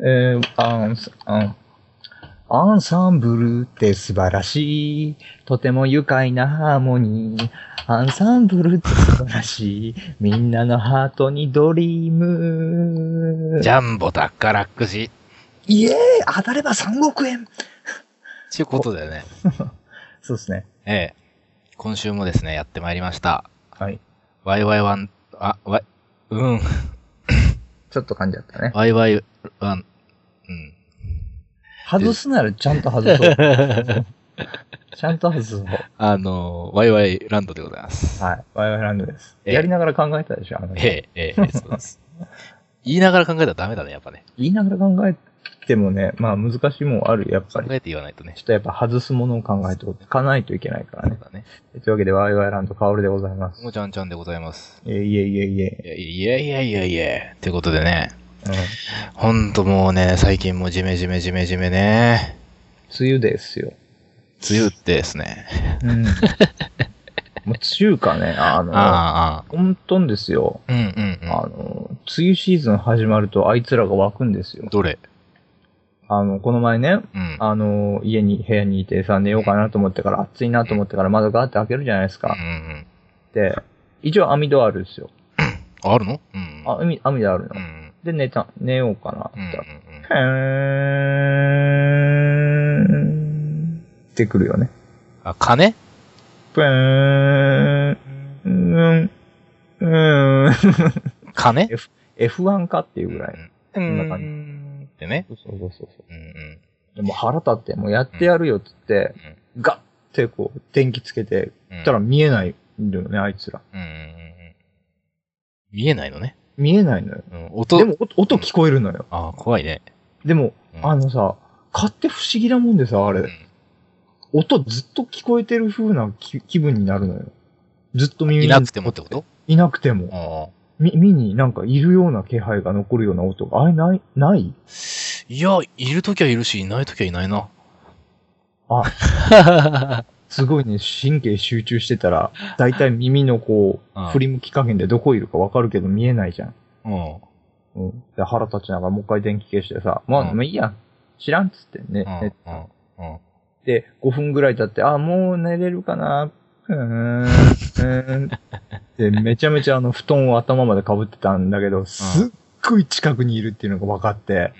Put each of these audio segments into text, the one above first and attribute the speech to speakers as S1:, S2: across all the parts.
S1: えーアンスアンアンサンブルって素晴らしい。とても愉快なハーモニー。アンサンブルって素晴らしい。みんなのハートにドリーム。
S2: ジャンボだからくじ。
S1: イエーイ当たれば3億円
S2: ちゅうことでね、
S1: そうですね。
S2: ええ、今週もですね、やってまいりました。
S1: はい。
S2: YY1、あ、Y、うん、
S1: ちょっと感じだったね。
S2: YY1、うん。
S1: 外すならちゃんと外 そう。ちゃんと外そう。
S2: あの、YY ランドでございます。
S1: はい。ワイワイランドです。
S2: ええ
S1: やりながら考えたでしょ、あの
S2: ええ、ええ、そうです。言いながら考えたらダメだね、やっぱね。
S1: 言いながら考えてもね、まあ難しいもんある、やっぱ
S2: 考
S1: り。
S2: えて言わないとね
S1: ちょ。っとやっぱ外すものを考えておかないといけないから
S2: そう
S1: ね。
S2: だね。
S1: というわけで、ワイワイランドカオルでございます。
S2: もちゃんちゃんでございます。
S1: えーいえいえいえ。
S2: いやいやいやいやいや。ということでね、
S1: うん。
S2: ほんともうね、最近もジメジメジメジメね。
S1: 梅雨ですよ。
S2: 梅雨ってですね。
S1: うん。もう梅雨かね、あの、
S2: あ
S1: 本当んですよ。
S2: あ、ああ。うんうん
S1: あ
S2: う
S1: の、梅雨シーズン始まるとあいつらが湧くんですよ
S2: ん。。どれ
S1: あの、この前ね、
S2: うん。
S1: あの、家に、部屋にいてさ、寝ようかなと思ってから、暑いなと思ってから窓ガーって開けるじゃないです
S2: うんう
S1: か。
S2: ん
S1: で、一応網戸あるんですよ。
S2: うん。あるのうん。
S1: あ、網、網戸あるの
S2: う。ん
S1: で、寝た、寝ようかなっ
S2: うん。うんうん
S1: て言ったら。ぷーんってくるよね。
S2: あ、金
S1: ぷーん、うん、うーん。
S2: 金
S1: F1 かっていうぐらい。
S2: うんん。
S1: な感じ
S2: でね。
S1: そうそうそうそう。
S2: うんうん。
S1: でも腹立って、もうやってやるよってって、ガッてこう、電気つけて、
S2: うん。
S1: たら見えないんだよね、あいつら。
S2: うんうんうんうん。見えないのね。
S1: 見えないのよ。
S2: うん。音。
S1: でも、お音聞こえるのよ。
S2: ああ、怖いね。
S1: でも、
S2: うん
S1: あのさ、買って不思議なもんでさ、あ
S2: う
S1: れ、
S2: ん
S1: 音ずっと聞こえてる風な気気分になるのよ。ずっと耳に
S2: いなくてもってこと
S1: いなくて
S2: う
S1: も。
S2: んうん。
S1: 耳になんかいるような気配が残るような音が、あれないない
S2: いや、いるときはいるし、いないときはいないな。
S1: すごいね、神経集中してたら、だいたい耳のこ
S2: うん
S1: う、振り向き加減でどこいるかわかるけど見えないじゃん。
S2: うん。うん。
S1: うん。で腹立ちながらもう一回電気消してさ、まあ、
S2: うん
S1: まあいいや。知らんっつってね。
S2: うん
S1: ね
S2: うん。
S1: で、5分ぐらい経って、あ、もう寝れるかな。うーん。うーん。で、めちゃめちゃあの、布団を頭まで被ってたんだけど、すっごい近くにいるっていうのが分かって、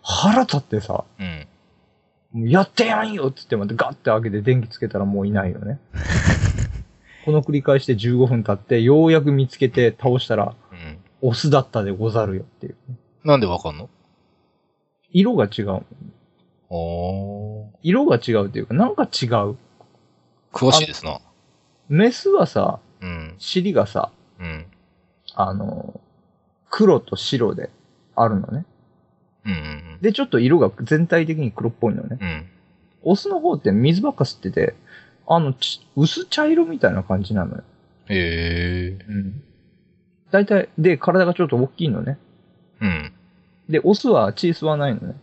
S1: 腹立ってさ、
S2: うん。
S1: もうやってやんよっつってまたガッて開けて電気つけたらもういないよね。 この繰り返して15分経って、ようやく見つけて倒したら、
S2: うん。
S1: オスだったでござるよっていう。
S2: なんでわかんの
S1: 色が違う。
S2: おー。
S1: 色が違うっていうか、なんか違う。
S2: 詳しいですな。
S1: メスはさ、
S2: うん。
S1: 尻がさ、
S2: うん。
S1: あの、黒と白であるのね。
S2: うんうん
S1: で、ちょっと色が全体的に黒っぽいのね。
S2: うん。うん。
S1: オスの方って水ばっか吸ってて、あの、ち薄茶色みたいな感じなのよ。
S2: へえ。
S1: うん。大体、で、体がちょっと大きいのね。
S2: うん。
S1: で、オスは血吸わないのね。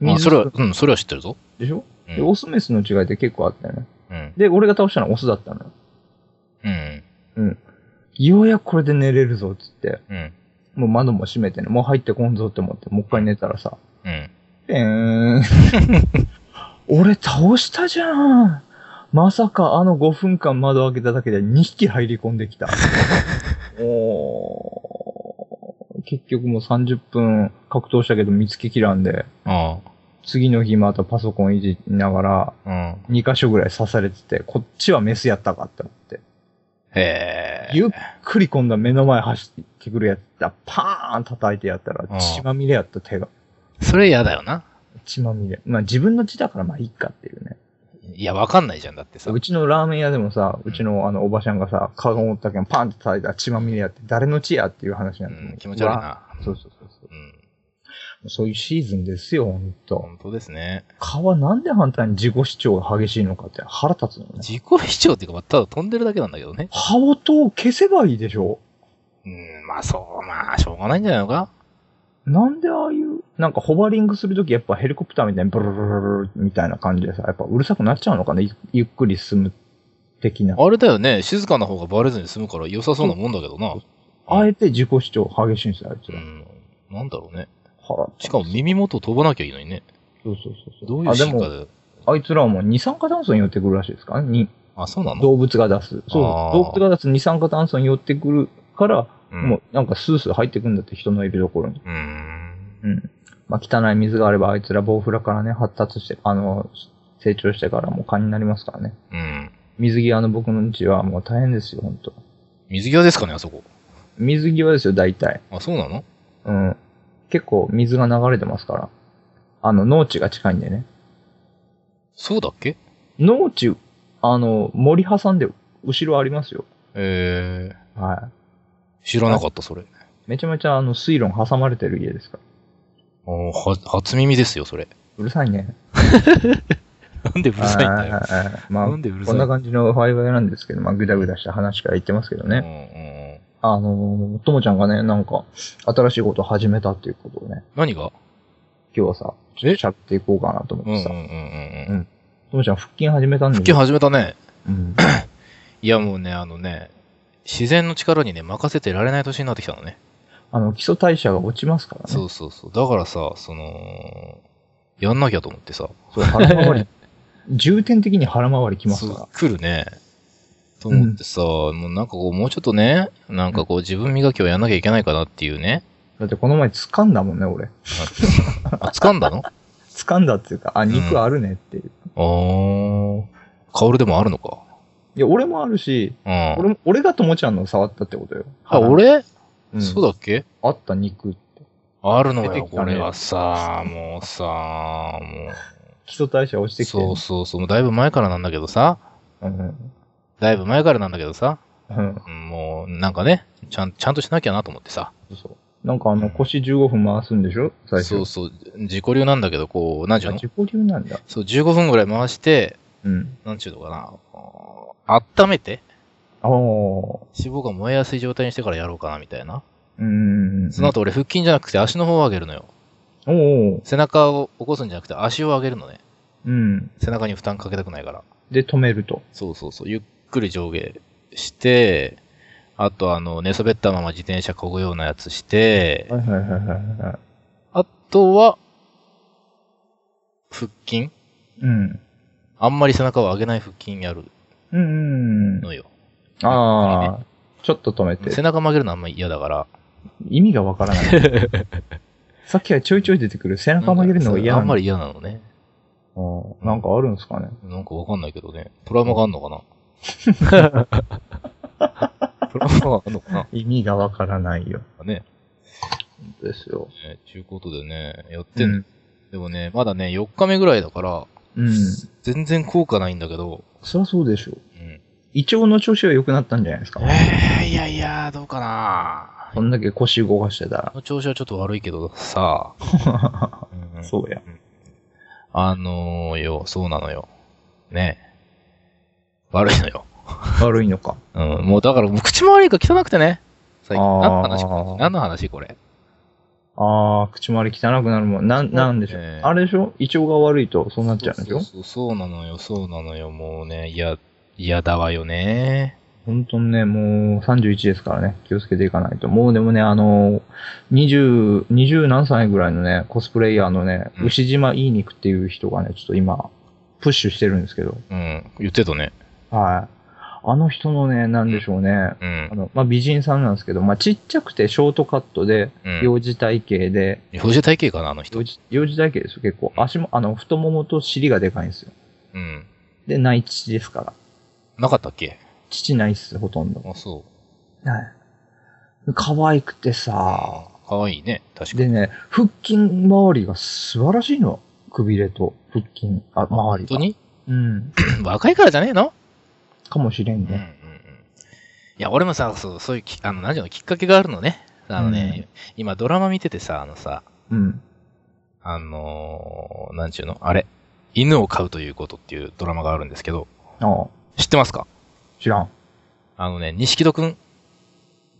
S2: まあ、
S1: 水
S2: それは、うん、それは知ってるぞ。
S1: でしょ、
S2: うん
S1: で、オスメスの違いって結構あったよね。
S2: うん。
S1: で、俺が倒したのはオスだったのよ。
S2: うん。
S1: うん。ようやくこれで寝れるぞ、つって。
S2: うん。
S1: もう窓も閉めてね、もう入ってこんぞって思って、もう一回寝たらさ、
S2: うん。
S1: えー ん。俺倒したじゃん。まさかあの5分間窓開けただけで2匹入り込んで きた。おー結局もう30分格闘したけど見つけきらんで、
S2: あ
S1: 次の日またパソコンいじりながら
S2: あ。うん。
S1: 2箇所ぐらい刺されてて、こっちはメスやったかって思って。
S2: へえ。
S1: ゆっくり今度は目の前走ってくるやつだ。パーン叩いてやったら
S2: うん
S1: 血まみれやった手が。
S2: それ嫌だよな。
S1: 血まみれ。まあ自分の血だからまあいいかっていうね。
S2: いや、わかんないじゃん、だってさ。
S1: うちのラーメン屋でもさ、
S2: う
S1: うんちのあのおばちゃんがさ、カゴ持ったけんパンって叩いたら血まみれやって、誰の血やっていう話
S2: う
S1: なんだ
S2: ん、気持ち悪い。な。
S1: うわそうそうそうそ
S2: うん。
S1: う。そういうシーズンですよ、ほんと。
S2: 本当ですね。
S1: 蚊はなんで反対に自己主張が激しいのかって腹立つのね。
S2: 自己主張っていうか、まあただ飛んでるだけなんだけどね。
S1: 歯音を消せばいいでしょ
S2: うん、まあそう、まあしょうがないんじゃないのか
S1: なんでああいう、なんかホバリングするときやっぱヘリコプターみたいにブルルルルルみたいな感じでさ、やっぱうるさくなっちゃうのかなゆゆっくり進む的な。
S2: あれだよね、静かな方がバレずに済むから良さそうなもんだけどな。
S1: あえて自己主張激しいんですよ、あいつ
S2: う
S1: ら。
S2: ん、なんだろうね。
S1: 腹立つ
S2: しかも耳元飛ばなきゃいいのにね。
S1: そうそうそうそう。
S2: どうい
S1: あ、
S2: う
S1: で
S2: 進化
S1: も、
S2: で。
S1: あいつらはもう二酸化炭素に寄ってくるらしいですからね。に
S2: あそうなの
S1: 動物が出す。そう。
S2: あー
S1: 動物が出す二酸化炭素に寄ってくるから、
S2: うん
S1: もうなんかスースー入ってくんだって人のいるところに。
S2: うーん。
S1: うん。まあ、汚い水があれば、あいつらボウフラからね、発達して、あの、成長してからもう蚊になりますからね。
S2: うん。
S1: 水際の僕の家はもう大変ですよ、本当
S2: 水際ですかね、あそこ。
S1: 水際ですよ、大体。
S2: あ、そうなの
S1: うん。結構水が流れてますから。あの、農地が近いんでね。
S2: そうだっけ
S1: 農地、あの、森挟んで、後ろありますよ。
S2: えー、
S1: は
S2: 知らなかった、それ。
S1: い。めちゃめちゃ、あの、水路に挟まれてる家ですから。
S2: あーは、初耳ですよ、それ。
S1: うるさいね。
S2: なんでう
S1: う
S2: るさいんだよ。
S1: まあ
S2: な、んでうる
S1: こ
S2: さい
S1: ん
S2: ん
S1: な
S2: だよ。
S1: 感じのファイバーなんですけど、まあ、ぐだぐだした話から言ってますけどね。
S2: ね。
S1: あのーともちゃんがね、なんか、新しいことを始めたっていうことをね、
S2: 何が
S1: 今日はさ、ちょっと喋っていこうかなと思っ
S2: うんうん
S1: て
S2: うん
S1: さ、
S2: う
S1: と
S2: んうん。
S1: もちゃん腹筋始めたんだ
S2: 腹
S1: け
S2: 筋
S1: ど、
S2: 始めたね。
S1: うん、
S2: いや、もうね、あのね、自然の力にね、任せてられない年になってきたのね。
S1: あの、基礎代謝が落ちますからね。
S2: そうそうそう。だからさ、その、やんなきゃと思ってさ。
S1: そう腹回り、 重点的に腹回りきます
S2: そう
S1: か
S2: 来るね。と思ってさ、もうなんかこう、もうちょっとね、なんかこう、自分磨きをやんなきゃいけないかなってい うね。
S1: ら。だってこの前掴んだもんね、俺。
S2: あ、掴んだのあ
S1: 掴んだっていうか、あ、肉あるねっていう。
S2: ー、薫でもあるのか。
S1: いや、俺もあるし、
S2: うん。
S1: 俺も俺がともちゃんの触ったってことよ。
S2: あ、俺、
S1: うん、
S2: そうだっけ
S1: あった肉って。
S2: あるの
S1: 出
S2: よ、
S1: てきた
S2: こ
S1: ね
S2: れがさ、もうさ、も
S1: 基礎代謝落ちて
S2: う。
S1: きて。
S2: そうそうそう、もうだいぶ前からなんだけどさ、
S1: うん。
S2: だいぶ前からなんだけどさ、
S1: うん。
S2: うんもうなんかね、ちゃん、ちゃんとしなきゃなと思ってさ。
S1: そうそう。なんかあの、腰15分回すんでしょ最初。
S2: そうそう、自己流なんだけど、こう、なんちゅう
S1: あ、
S2: の
S1: 自己流なんだ。
S2: そう、15分ぐらい回して、
S1: うん。
S2: なんちゅうのかな、あー温めて、
S1: ああ。う
S2: 脂肪が燃えやすい状態にしてからやろうかな、みたいな。
S1: ーん。
S2: その後俺腹筋じゃなくて足の方を上げるのよ。
S1: おお。
S2: 背中を起こすんじゃなくて足を上げるのね。
S1: うん。
S2: 背中に負担かけたくないから。
S1: で、止めると。
S2: そうそうそう。ゆっくり上下して、あとあの、寝そべったまま自転車こぐようなやつして、
S1: はいはいはいはいは
S2: あとは、腹筋
S1: い。うん。
S2: あんまり背中を上げない腹筋やる
S1: うんうん。
S2: のよ。
S1: ああ。ちょっと止め
S2: 背
S1: て。
S2: 中曲げるのあんまり嫌だから。
S1: 意味がわから ない。さっきからちょいちょい出てくる背中曲げるのが嫌
S2: あ
S1: なんん
S2: ま
S1: だ
S2: り嫌なのね。
S1: あーなんかあるんですかね。
S2: なんかわかんないけどね。トラウマがあんのかな トラウマがあんのかな
S1: 意味がわからないよ。
S2: ね。
S1: ですよ。
S2: ねちゅうことでね、やって
S1: うん
S2: の
S1: ん。
S2: でもね、まだね、4日目ぐらいだから、
S1: うん。
S2: 全然効果ないんだけど、
S1: そりゃそうでしょう。
S2: うん。
S1: 胃腸の調子は良くなったんじゃないですか。
S2: えー、いやいや、どうかな
S1: こんだけ腰動かしてた
S2: この調子はちょっと悪いけどさ、
S1: ら。
S2: うん
S1: そうや。
S2: あのー、よ、そうなのよ。ね悪いのよ。
S1: 悪いのか。
S2: うん、もうだから、もう口周りが汚くてね。最近。
S1: あー
S2: 何の話これ何の話これ。
S1: ああ、口周り汚くなるもん。なん、なんでしょう。
S2: ね
S1: あれでしょ胃腸が悪いとそうなっちゃうんでし
S2: そ
S1: ょ
S2: うそうそうそうなのよ、そうなのよ、もうね、いや、嫌だわよね。
S1: 本当にね、もう31ですからね、気をつけていかないと。もうでもね、あの、20、20何歳ぐらいのね、コスプレイヤーのね、
S2: うん
S1: 牛島いい肉っていう人がね、ちょっと今、プッシュしてるんですけど、
S2: うん、言ってたね。
S1: はい。あの人のね、なんでしょうね、
S2: う
S1: あ
S2: ん。
S1: の、まあ、美人さんなんですけど、まあ、ちっちゃくてショートカットで、
S2: うん。
S1: 幼児体型で、
S2: 表示体型かな、あの人
S1: 幼。児幼児体型ですよ、結構。足も、あの、太ももと尻がでかいんですよ。
S2: うん。
S1: で、内乳ですから。
S2: なかったっけ
S1: 父ないっす、ほとんど。
S2: あ、そ
S1: はい。可愛くて
S2: う。
S1: さ、
S2: あ。かわいいね、確か
S1: で
S2: に。
S1: ね、腹筋周りが素晴らしいの。くびれと腹筋、あ、周り
S2: 本当
S1: が。
S2: に
S1: うん。
S2: 若いからじゃねえの
S1: かもしれん
S2: うんうんうん
S1: ね。。
S2: いや、俺もさ、そう、そういうき、あの、何ていうの、きっかけがあるのね。あの
S1: う
S2: ね、今ドラマ見ててさ、あのさ、
S1: うん。
S2: あのー、なんちゅうの、あれ、犬を飼うということっていうドラマがあるんですけど、
S1: ああ、
S2: 知ってますか
S1: 知らん。
S2: あのね、錦戸くん、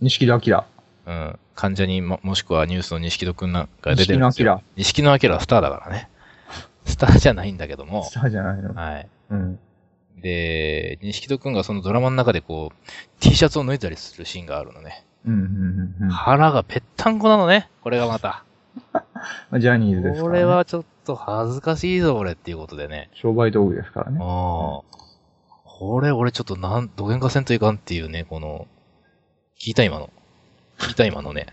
S1: 錦戸明。
S2: うん、患者にも、もしくはニュースの錦戸くんなんか出て
S1: 錦
S2: るん
S1: 戸明。
S2: ですよ。
S1: ス
S2: 錦戸明はスターだからね。 スターじゃないんだけども、
S1: ターじゃないの。
S2: はい。
S1: うん。
S2: で、錦戸くんがそのドラマの中でこう、T シャツを脱いだりするシーンがあるのね。
S1: うん、うん、うん。うん
S2: 腹がぺったんこなのね、これがまた。
S1: まあジャニーズですから、ね。
S2: これ。はちょっと恥ずかしいぞ、俺っていうことでね。
S1: 商売道具ですから
S2: うん。
S1: ね。
S2: これ、俺ちょっとなん、どげんかせんといかんっていうね、この、聞いた今の。聞いた今のね。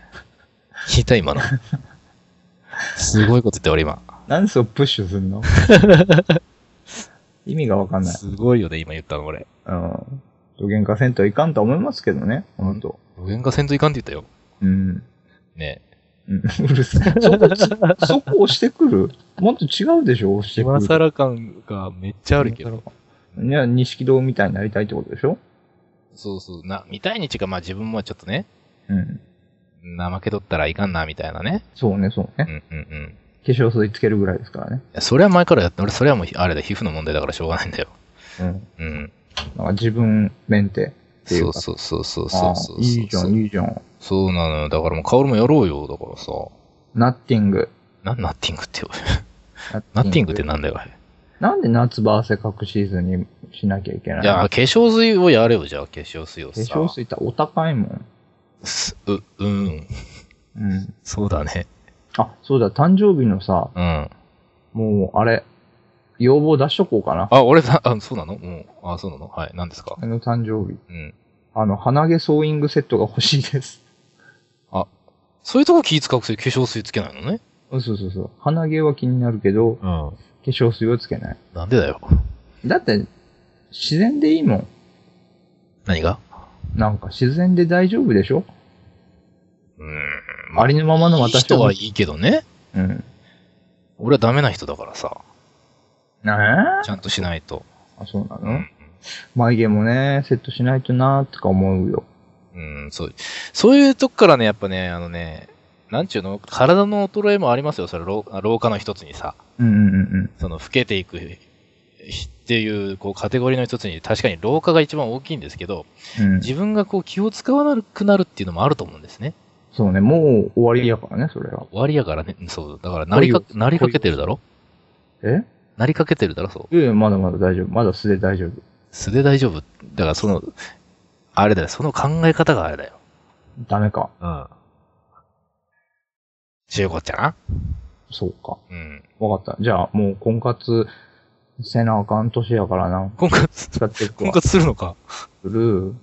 S2: 聞いた今の。すごいこと言って俺今。
S1: なんでそうプッシュすん の意味がわかんない。
S2: すごいよね、今言ったの俺。
S1: うん。と喧嘩せんといかんと思いますけどね、ほんと。
S2: どげんかせんといかんって言ったよ。
S1: うん。
S2: ね。
S1: うん、うるさい。そこ、そそこ押してくるもっと違うでしょ押してくる。
S2: 今更感がめっちゃあるけど。
S1: いや、錦堂みたいになりたいってことでしょ
S2: そうそう。な、見たいにちか、まあ自分もちょっとね、
S1: うん。
S2: 怠けとったらいかんな、みたいなね。
S1: そうね、そう
S2: う
S1: ね。
S2: んうんうん。
S1: 化粧水つけるぐらいですからね。
S2: いや、それは前からやって、俺それはもう、あれだ、皮膚の問題だからしょうがないんだよ。
S1: うん。
S2: うん。
S1: なんか自分メンテっていう
S2: そう
S1: か。
S2: そうそうそう
S1: あ
S2: そ
S1: あ
S2: うそう。
S1: いいじゃん、いいじゃん。
S2: そうなのよ。だからもう、カオルもやろうよ。だからさ。
S1: ナッティング。
S2: な、ナッティング ってよ。ナッティングってなんだよ。
S1: なんで夏場汗かくシーズンにしなきゃいけない
S2: いや、化粧水をやれよ、じゃあ、化粧水を
S1: 化
S2: さ。
S1: 粧水ってお高いもん。
S2: すう、うん。
S1: うん。
S2: そうだね。
S1: あ、そうだ、誕生日のさ、
S2: うん。
S1: もう、あれ、要望出しとこうかな。
S2: あ、俺さ、あ、そうなのもう、あ、そうなのはい、何ですか
S1: あの誕生日。
S2: うん。
S1: あの、鼻毛ソーイングセットが欲しいです。
S2: そういうとこ気使うくせに化粧水つけないのね。
S1: うんそうそうそう。鼻毛は気になるけど、
S2: うん。
S1: 化粧水をつけない。
S2: なんでだよ。
S1: だって、自然でいいもん。
S2: 何が
S1: なんか自然で大丈夫でしょ
S2: うん。
S1: ありのままの
S2: いい
S1: 私
S2: 人はい
S1: い。
S2: いいけどね。
S1: うん。
S2: 俺はダメな人だからさ。
S1: なあ
S2: ちゃんとしないと。
S1: あ、そうなの、
S2: うん
S1: 眉毛もね、セットしないとなーとか思うよ。
S2: うん、そう。そういうとこからね、やっぱね、あのね、なんちゅうの、体の衰えもありますよ。それ、老老化の一つにさ。
S1: うんうんうんうん。
S2: その、老けていくっていう、こう、カテゴリーの一つに、確かに老化が一番大きいんですけど、
S1: うん、
S2: 自分がこう、気を使わなくなるっていうのもあると思うんですね。
S1: そうね、もう終わりやからね、それは。
S2: 終わりやからね、そう。だから、なりか
S1: こ、ういう
S2: なりかけてるだろ
S1: え
S2: なりかけてるだろそう。
S1: いやいや、まだまだ大丈夫。まだ素で大丈夫。
S2: 素で大丈夫。だから、その、あれだよ、その考え方があれだよ。
S1: ダメか。
S2: うん。中古ちゃん
S1: そうか。
S2: うん。
S1: わかった。じゃあ、もう婚活せなあかん年やからな。
S2: 婚 活、
S1: 使っていく
S2: 婚
S1: わ。
S2: 活するのか
S1: する。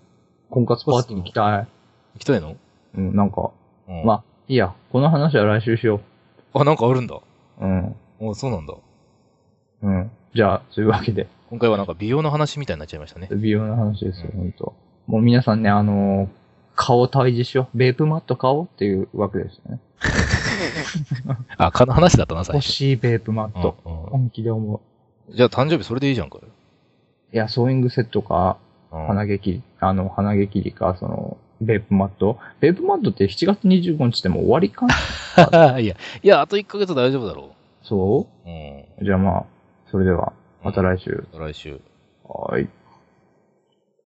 S1: 婚活パーティーに行きたい。
S2: 行きたいの
S1: うん、なんか、
S2: うん
S1: まあ、いいや。この話は来週しよ
S2: あ、なんかあるんだ。
S1: う。うん。
S2: おそうなんだ。
S1: うん。じゃあ、そういうわけで、
S2: 今回はなんか美容の話みたいになっちゃいましたね。
S1: 美容の話ですよ、ほんと。もう皆さんね、あのー顔退治しよう。ベープマット買おうっていうわけですよね。
S2: あ、蚊の話だったな、最
S1: 欲
S2: 初。
S1: しいベープマット。
S2: うんうん
S1: 本気で思う。
S2: じゃあ誕生日それでいいじゃんかよ。
S1: いや、ソーイングセットか、
S2: うん
S1: 鼻毛切り、あの、鼻毛切りか、その、ベープマット。ベープマットって7月25日でもう終わりかな
S2: いや、いや、あと1ヶ月大丈夫だろ。
S1: そう
S2: うん。
S1: うじゃあまあ、それでは、また来週。
S2: 来週。
S1: はーい。